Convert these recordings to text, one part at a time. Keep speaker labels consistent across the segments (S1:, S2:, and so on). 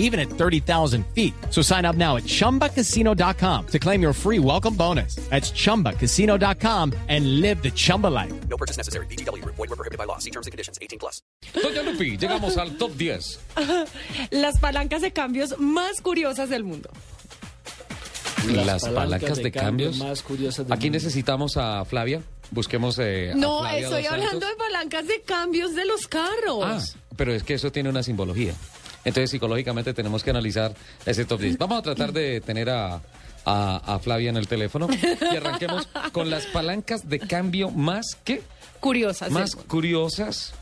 S1: even at 30,000 feet. So sign up now at ChumbaCasino.com to claim your free welcome bonus. That's ChumbaCasino.com and live the Chumba life.
S2: No purchase necessary. BGW. Void were prohibited by law. See terms and conditions. 18 plus.
S3: Doña Lupi, llegamos al top 10.
S4: Las palancas de cambios más curiosas del mundo.
S3: Ah, Las, palancas de, cambios.
S5: más curiosas del
S3: Aquí
S5: mundo.
S3: necesitamos a Flavia. Busquemos eh, a
S4: No,
S3: Flavia
S4: estoy
S3: dos
S4: hablando de
S3: Santos.
S4: palancas de cambios de los
S3: Ah,
S4: carros.
S3: pero es que eso tiene una simbología. Entonces, psicológicamente tenemos que analizar ese top 10. Vamos a tratar de tener a, a- a Flavia en el teléfono y arranquemos con las palancas de cambio más que
S4: Curiosas.
S3: Ah, más
S4: del mundo.
S3: curiosas.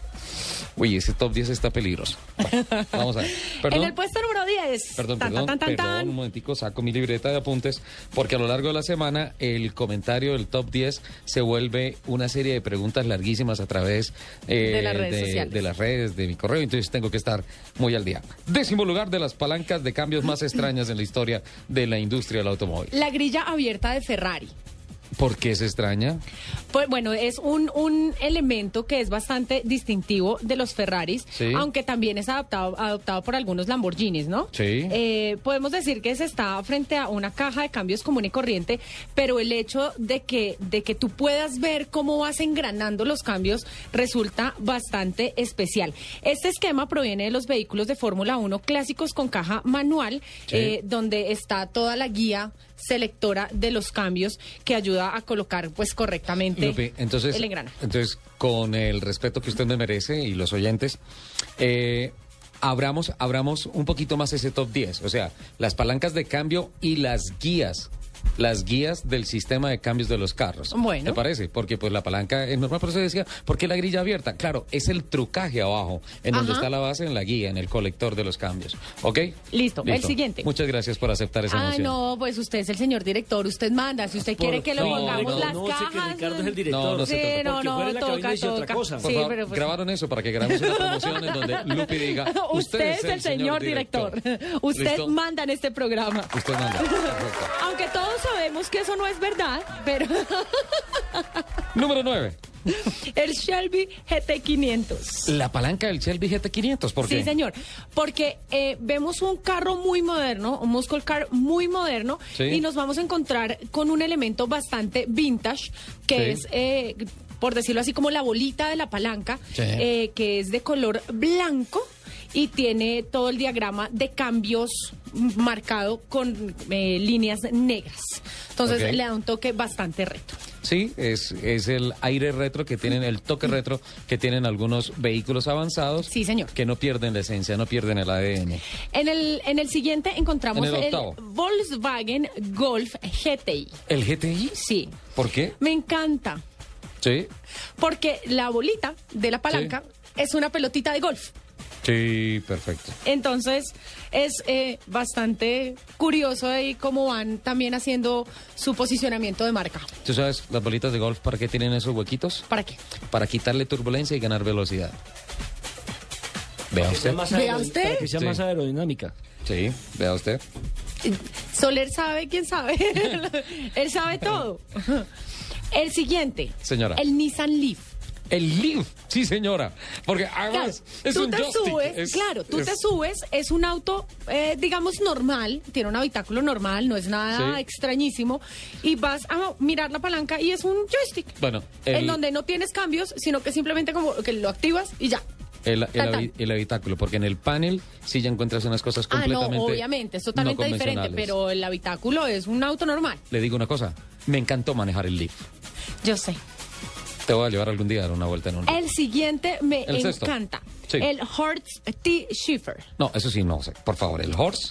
S3: Uy, ese top 10 está peligroso. Bueno, vamos a ver. Perdón.
S4: En el puesto número 10.
S3: Perdón,
S4: tan,
S3: perdón,
S4: tan, tan,
S3: perdón,
S4: tan.
S3: un momentico, saco mi libreta de apuntes, porque a lo largo de la semana el comentario del top 10 se vuelve una serie de preguntas larguísimas a través eh,
S4: De las redes sociales.
S3: de las redes, de mi correo, entonces tengo que estar muy al día. Décimo lugar de las palancas de cambios más extrañas en la historia de la industria del automóvil.
S4: La grilla abierta de Ferrari.
S3: ¿Por qué es extraña?
S4: Pues bueno, es un, un elemento que es bastante distintivo de los Ferraris,
S3: Sí.
S4: aunque también es adaptado, adoptado por algunos Lamborghinis, ¿no?
S3: Sí.
S4: Eh, podemos decir que se está frente a una caja de cambios común y corriente, pero el hecho de que, de que tú puedas ver cómo vas engranando los cambios resulta bastante especial. Este esquema proviene de los vehículos de Fórmula 1 clásicos con caja manual,
S3: Sí.
S4: eh, donde está toda la guía selectora de los cambios que ayuda a colocar pues correctamente
S3: Lupe, entonces,
S4: el engrana.
S3: entonces, con el respeto que usted me merece y los oyentes, eh, abramos, abramos un poquito más ese top 10, o sea, las palancas de cambio y las guías. Las guías del sistema de cambios de los carros.
S4: Bueno.
S3: ¿Te parece? Porque pues la palanca es normal, por eso decía, ¿por qué la grilla abierta? Claro, es el trucaje abajo, en donde
S4: Ajá.
S3: está la base, en la guía, en el colector de los cambios. ¿Ok?
S4: Listo, el siguiente.
S3: Muchas gracias por aceptar esa
S4: Ah,
S3: moción.
S4: no, pues usted es el señor director, usted manda. Si usted quiere que lo
S3: No,
S4: pongamos
S3: no,
S4: las
S5: no, sé
S4: cajas.
S5: que Ricardo es el director.
S3: No, no se
S4: sí,
S3: trata.
S4: no,
S5: Porque
S4: no,
S5: fuera de la cabina
S4: toca,
S5: dice otra
S4: toca.
S5: cosa.
S3: Por
S4: sí,
S3: favor,
S4: pero pues-
S3: grabaron eso para que grabemos una promoción en donde Lupi diga.
S4: Usted es el señor director. Usted
S3: ¿Listo?
S4: manda en este programa.
S3: Usted manda. Perfecto.
S4: Aunque todos sabemos que eso no es verdad, pero
S3: Número 9.
S4: el Shelby GT500.
S3: La palanca del Shelby GT500. ¿Por qué?
S4: Sí, señor. Porque eh, vemos un carro muy moderno, un muscle car muy moderno,
S3: Sí.
S4: y nos vamos a encontrar con un elemento bastante vintage, que
S3: Sí.
S4: es... eh, por decirlo así, como la bolita de la palanca,
S3: Sí.
S4: eh, que es de color blanco y tiene todo el diagrama de cambios marcado con eh, líneas negras. Entonces
S3: Ok.
S4: le da un toque bastante reto.
S3: Sí, es, es el aire retro que tienen, el toque retro que tienen algunos vehículos avanzados.
S4: Sí, señor.
S3: Que no pierden la esencia, no pierden el ADN.
S4: En el, en el siguiente encontramos
S3: En el
S4: el
S3: octavo.
S4: Volkswagen Golf GTI.
S3: ¿El GTI?
S4: Sí.
S3: ¿Por qué?
S4: Me encanta,
S3: Sí.
S4: porque la bolita de la palanca es una pelotita de golf.
S3: Sí, perfecto.
S4: Entonces es eh, bastante curioso ahí cómo van también haciendo su posicionamiento de marca.
S3: ¿Tú sabes las bolitas de golf para qué tienen esos huequitos?
S4: ¿Para qué?
S3: para quitarle turbulencia y ganar velocidad. Vea
S5: Que sea
S3: usted.
S5: más
S4: Vea
S5: aerodi-
S4: usted.
S5: para Que sea
S3: Sí.
S5: más aerodinámica.
S3: Sí, vea usted.
S4: Soler sabe, quién sabe. Él sabe todo. El siguiente.
S3: Señora.
S4: El Nissan Leaf.
S3: El Leaf, sí señora, porque además es
S4: tú
S3: un
S4: te
S3: joystick,
S4: subes,
S3: es-
S4: claro, tú te
S3: es-
S4: subes, es un auto, eh, digamos, normal, tiene un habitáculo normal, no es nada
S3: Sí.
S4: extrañísimo, y vas a mirar la palanca y es un joystick.
S3: Bueno, el-
S4: En donde no tienes cambios, sino que simplemente como que lo activas y ya.
S3: El, el
S4: Tan, tan.
S3: habi- el habitáculo, porque en el panel sí ya encuentras unas cosas
S4: Ah, no,
S3: completamente
S4: obviamente, es
S3: no
S4: totalmente diferente,
S3: convencionales.
S4: pero el habitáculo es un auto normal.
S3: Le digo una cosa, me encantó manejar el Leaf.
S4: Yo sé.
S3: Te voy a llevar algún día a dar una vuelta en un...
S4: El siguiente me
S3: El sexto.
S4: encanta.
S3: Sí.
S4: El Hertz T Schiffer.
S3: No, eso sí, no sé, por favor, el Horse,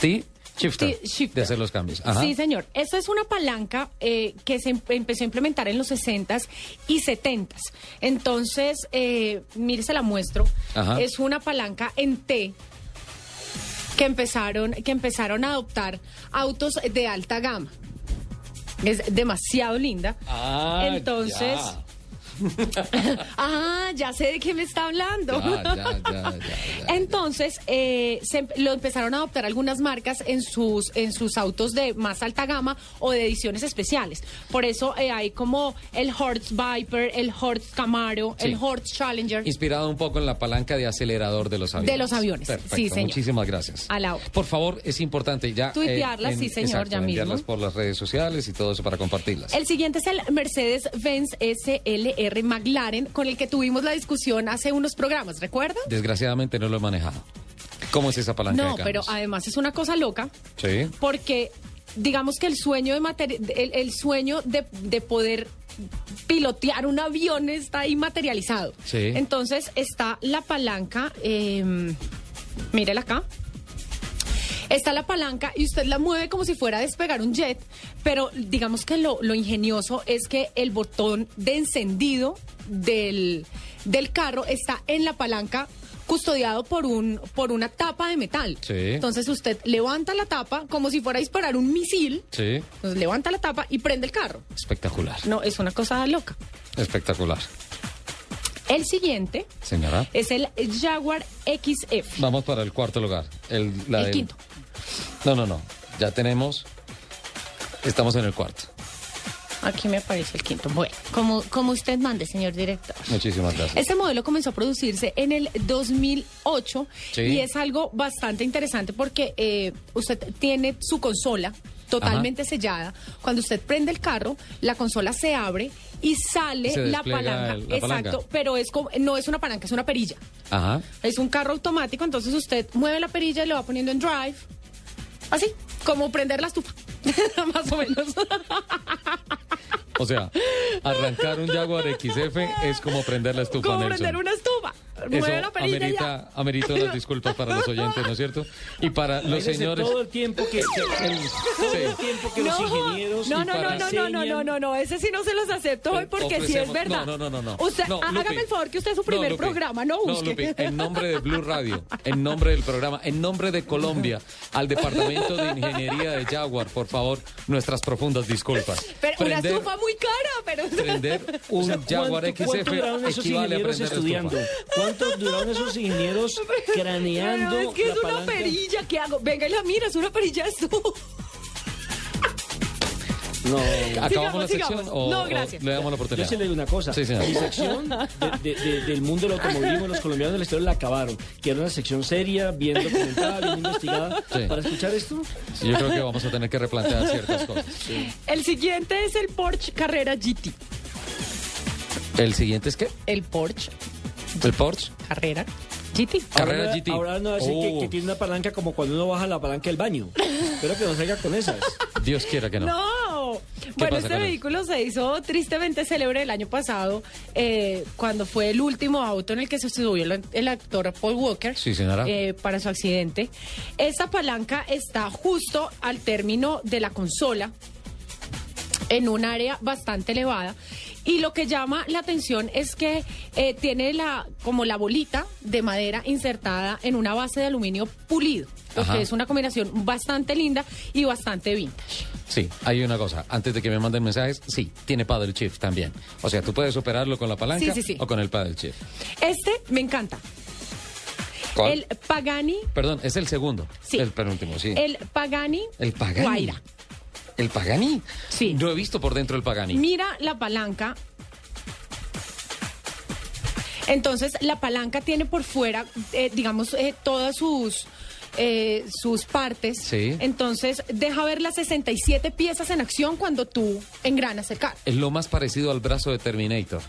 S3: T, Shifter,
S4: shifter.
S3: de hacer los cambios. Ajá.
S4: Sí, señor. Esta es una palanca eh, que se em- empezó a implementar en los 60s y 70s. Entonces, eh, mire, se la muestro.
S3: Ajá.
S4: Es una palanca en T que empezaron, que empezaron a adoptar autos de alta gama. Es demasiado linda.
S3: Ah,
S4: Entonces,
S3: ya.
S4: ah, ya sé de qué me está hablando.
S3: Ya, ya, ya, ya, ya.
S4: Entonces, eh, se em- lo empezaron a adoptar algunas marcas en sus, en sus autos de más alta gama o de ediciones especiales. Por eso eh, hay como el Horse Viper, el Horse Camaro,
S3: Sí.
S4: el Horse Challenger.
S3: Inspirado un poco en la palanca de acelerador de los aviones.
S4: De los aviones,
S3: Perfecto,
S4: sí, señor.
S3: Muchísimas gracias.
S4: A la hora.
S3: Por favor, es importante ya. eh,
S4: Tuitearlas, sí, señor,
S3: exacto,
S4: ya
S3: enviarlas
S4: mismo.
S3: por las redes sociales y todo eso para compartirlas.
S4: El siguiente es el Mercedes-Benz SLR McLaren, con el que tuvimos la discusión hace unos programas, ¿recuerdan?
S3: Desgraciadamente no lo he manejado. ¿Cómo es esa palanca
S4: No,
S3: de
S4: pero
S3: cambios?
S4: además es una cosa loca,
S3: Sí.
S4: porque digamos que el sueño de materi- el, el sueño de, de poder pilotear un avión está ahí materializado.
S3: Sí.
S4: Entonces está la palanca, eh, mírela acá. Está la palanca y usted la mueve como si fuera a despegar un jet, pero digamos que lo, lo ingenioso es que el botón de encendido del, del carro está en la palanca custodiado por un por una tapa de metal.
S3: Sí.
S4: Entonces usted levanta la tapa como si fuera a disparar un misil,
S3: Sí.
S4: entonces levanta la tapa y prende el carro.
S3: Espectacular.
S4: No, es una cosa loca.
S3: Espectacular.
S4: El siguiente
S3: Señora.
S4: es el Jaguar XF.
S3: Vamos para el cuarto lugar. El, la
S4: el
S3: del-
S4: quinto.
S3: No, no, no. Ya tenemos. Estamos en el cuarto.
S4: Aquí me aparece el quinto. Bueno, como, como usted mande, señor director.
S3: Muchísimas gracias.
S4: Este modelo comenzó a producirse en el 2008
S3: Sí.
S4: y es algo bastante interesante porque eh, usted tiene su consola totalmente sellada. Cuando usted prende el carro, la consola se abre y sale
S3: Se
S4: la
S3: despliega
S4: palanca.
S3: el- la
S4: Exacto,
S3: palanca.
S4: pero es como- no es una palanca, es una perilla.
S3: Ajá.
S4: Es un carro automático, entonces usted mueve la perilla y lo va poniendo en drive. Así, como prender la estufa. Más o menos.
S3: O sea, arrancar un Jaguar XF es como prender la estufa,
S4: como
S3: Nelson.
S4: prender una estufa. Mueve la
S3: Eso
S4: perilla y ya.
S3: amerita, amerita unas disculpas para los oyentes, ¿no es cierto? Y para los
S5: Imagínese
S3: señores...
S5: Todo el tiempo que, que-
S3: el-
S5: todo el
S3: sí.
S5: tiempo que los ingenieros.
S4: No,
S5: y
S4: no, no, no, no, no, no, no, no, ese sí no se los acepto hoy
S3: Eh,
S4: porque sí es
S3: ofrecemos-
S4: verdad.
S3: No, no, no, no. no.
S4: Usted,
S3: No,
S4: ah,
S3: Lupi.
S4: hágame el favor que usted es su primer
S3: Lupi.
S4: programa, no busque.
S3: Lupi, en nombre de Blue Radio, en nombre del programa, en nombre de Colombia, al Departamento de Ingeniería de Jaguar, por favor, nuestras profundas disculpas.
S4: Pero una estufa muy cara, pero
S3: prender un Jaguar
S5: ¿Cuánto, cuánto duraron
S3: XF
S5: esos
S3: equivale a
S5: ingenieros
S3: prender la
S5: estudiando?
S3: estufa.
S5: ¿Cuánto duraron esos ingenieros craneando
S4: Pero es que
S5: la
S4: es una
S5: palanca?
S4: perilla, ¿qué hago? Venga y la mira, es una perilla de estufa.
S5: No.
S3: ¿Acabamos la
S4: Sigamos, sigamos.
S3: sección o,
S4: No,
S3: o
S4: gracias.
S3: le damos la
S5: Yo
S3: oportunidad?
S5: sí le digo una cosa.
S3: Sí, señor.
S5: Mi sección de- de- de- del mundo del automovilismo, los colombianos del exterior la acabaron. Que era una sección seria, bien documentada, bien investigada.
S3: Sí.
S5: Para escuchar esto,
S3: Yo creo que vamos a tener que replantear ciertas cosas.
S4: El siguiente es el Porsche Carrera GT.
S3: ¿El siguiente es qué?
S4: El Porsche
S3: ¿El Porsche?
S4: Carrera GT.
S3: Carrera
S5: ahora,
S3: GT.
S5: ahora no va a decir que,
S3: Oh.
S5: que tiene una palanca como cuando uno baja la palanca del baño. Espero que no salga con esas.
S3: Dios quiera que no.
S4: No. Bueno,
S3: pasa
S4: este
S3: con él?
S4: vehículo se hizo tristemente célebre el año pasado eh, cuando fue el último auto en el que se subió el, el actor Paul Walker
S3: Sí, señora.
S4: eh, para su accidente. Esta palanca está justo al término de la consola en un área bastante elevada y lo que llama la atención es que eh, tiene la como la bolita de madera insertada en una base de aluminio pulido, lo
S3: Ajá.
S4: que es una combinación bastante linda y bastante vintage.
S3: Sí, hay una cosa. Antes de que me manden mensajes, sí, tiene paddle shift también. O sea, tú puedes operarlo con la palanca
S4: Sí, sí, sí.
S3: o con el paddle shift.
S4: Este me encanta.
S3: ¿Cuál?
S4: El Pagani.
S3: Perdón, es el segundo.
S4: Sí.
S3: El penúltimo, sí.
S4: El Pagani.
S3: El Pagani.
S4: Guaira.
S3: ¿El Pagani?
S4: Sí.
S3: No he visto por dentro el Pagani.
S4: Mira la palanca. Entonces, la palanca tiene por fuera, eh, digamos, eh, todas sus. eh, sus partes.
S3: Sí.
S4: Entonces, deja ver las 67 piezas en acción cuando tú engranas el carro.
S3: Es lo más parecido al brazo de Terminator.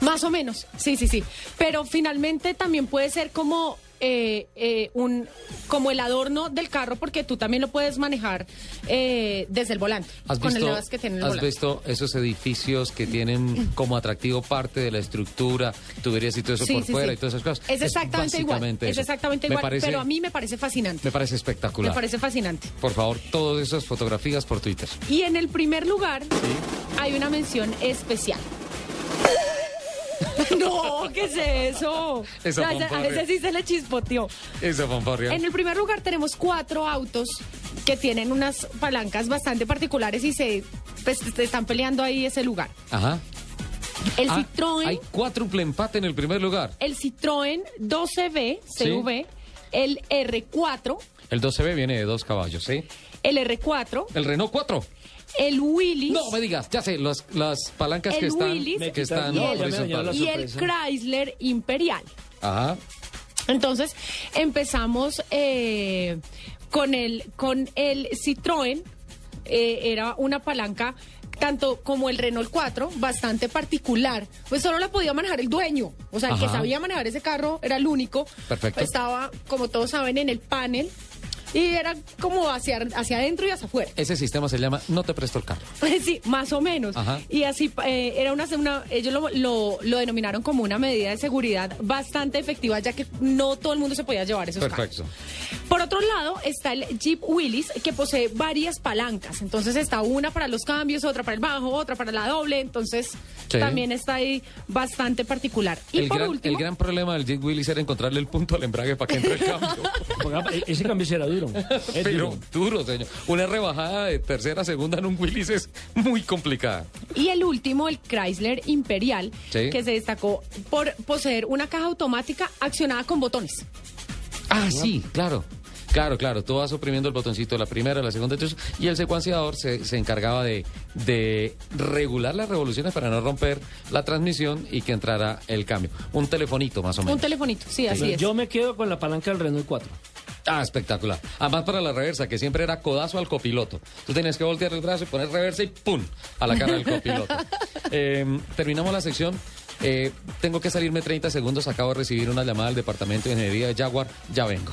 S4: Más o menos, sí, sí, sí. Pero finalmente también puede ser como eh, eh, un como el adorno del carro, porque tú también lo puedes manejar eh, desde el volante.
S3: ¿Has
S4: con
S3: visto,
S4: el levas que tiene el
S3: has
S4: volante.
S3: visto esos edificios que tienen como atractivo parte de la estructura, tuberías y todo eso
S4: Sí,
S3: por
S4: sí,
S3: fuera
S4: sí.
S3: y todas esas cosas?
S4: Es exactamente igual.
S3: básicamente
S4: Es
S3: eso.
S4: exactamente
S3: Me
S4: igual.
S3: parece-
S4: Pero a mí me parece fascinante.
S3: Me parece
S4: Me
S3: espectacular.
S4: parece fascinante.
S3: Por favor, todas esas fotografías por Twitter.
S4: Y en el primer lugar hay una mención especial. no, ¿qué es eso?
S3: Esa
S4: No, a
S3: fanfarria.
S4: veces sí se le chispoteó.
S3: Esa fanfarria.
S4: En el primer lugar tenemos cuatro autos que tienen unas palancas bastante particulares y se pues, se están peleando ahí ese lugar.
S3: Ajá.
S4: El
S3: Ah,
S4: Citroën.
S3: Hay cuádruple empate en el primer lugar.
S4: el Citroën 12B CV, el R4,
S3: El 12B viene de dos caballos, ¿sí?
S4: el R4,
S3: El Renault 4.
S4: el Willys
S3: No, me digas, ya sé, las, las palancas
S4: El
S3: que están,
S4: Willys
S3: que
S4: Me
S5: quitas-
S3: están
S4: no, ya me
S5: la
S3: horizontales.
S4: y el
S5: sorpresa.
S4: Chrysler Imperial.
S3: Ajá.
S4: Entonces empezamos eh, con, el, con el Citroën, eh, era una palanca tanto como el Renault 4, bastante particular, pues solo la podía manejar el dueño, o sea, el que
S3: Ajá.
S4: sabía manejar ese carro era el único,
S3: Perfecto.
S4: estaba, como todos saben, en el panel y era como hacia, hacia adentro y hacia afuera.
S3: Ese sistema se llama No te presto el carro.
S4: Pues Sí, más o menos.
S3: Ajá.
S4: Y así eh, era una, una- ellos lo, lo- lo denominaron como una medida de seguridad bastante efectiva, ya que no todo el mundo se podía llevar esos
S3: Perfecto.
S4: carros. Por otro lado está el Jeep Willys, que posee varias palancas. Entonces está una para los cambios, otra para el bajo, otra para la doble. Entonces
S3: Sí.
S4: también está ahí bastante particular. Y
S3: El
S4: por
S3: gran,
S4: último,
S3: el gran problema del Jeep Willys era encontrarle el punto al embrague para que entre el cambio.
S5: Ponga- e- Ese cambio sí era duro. Es
S3: Pero
S5: duro.
S3: duro, señor. Una rebajada de tercera, segunda en un Willys es muy complicada.
S4: Y el último, el Chrysler Imperial,
S3: Sí.
S4: que se destacó por poseer una caja automática accionada con botones.
S3: Ah, sí, claro. Claro, claro, tú vas oprimiendo el botoncito, la primera, la segunda, entonces, y el secuenciador se, se encargaba de, de regular las revoluciones para no romper la transmisión y que entrara el cambio. Un telefonito más o menos.
S4: Un telefonito, sí, así es.
S5: Yo me quedo con la palanca del Renault 4.
S3: Ah, espectacular. Además para la reversa, que siempre era codazo al copiloto. Tú tenías que voltear el brazo y poner reversa y ¡pum! a la cara del copiloto. Eh, terminamos la sección. Eh, tengo que salirme 30 segundos. Acabo de recibir una llamada del departamento de ingeniería de Jaguar. Ya vengo.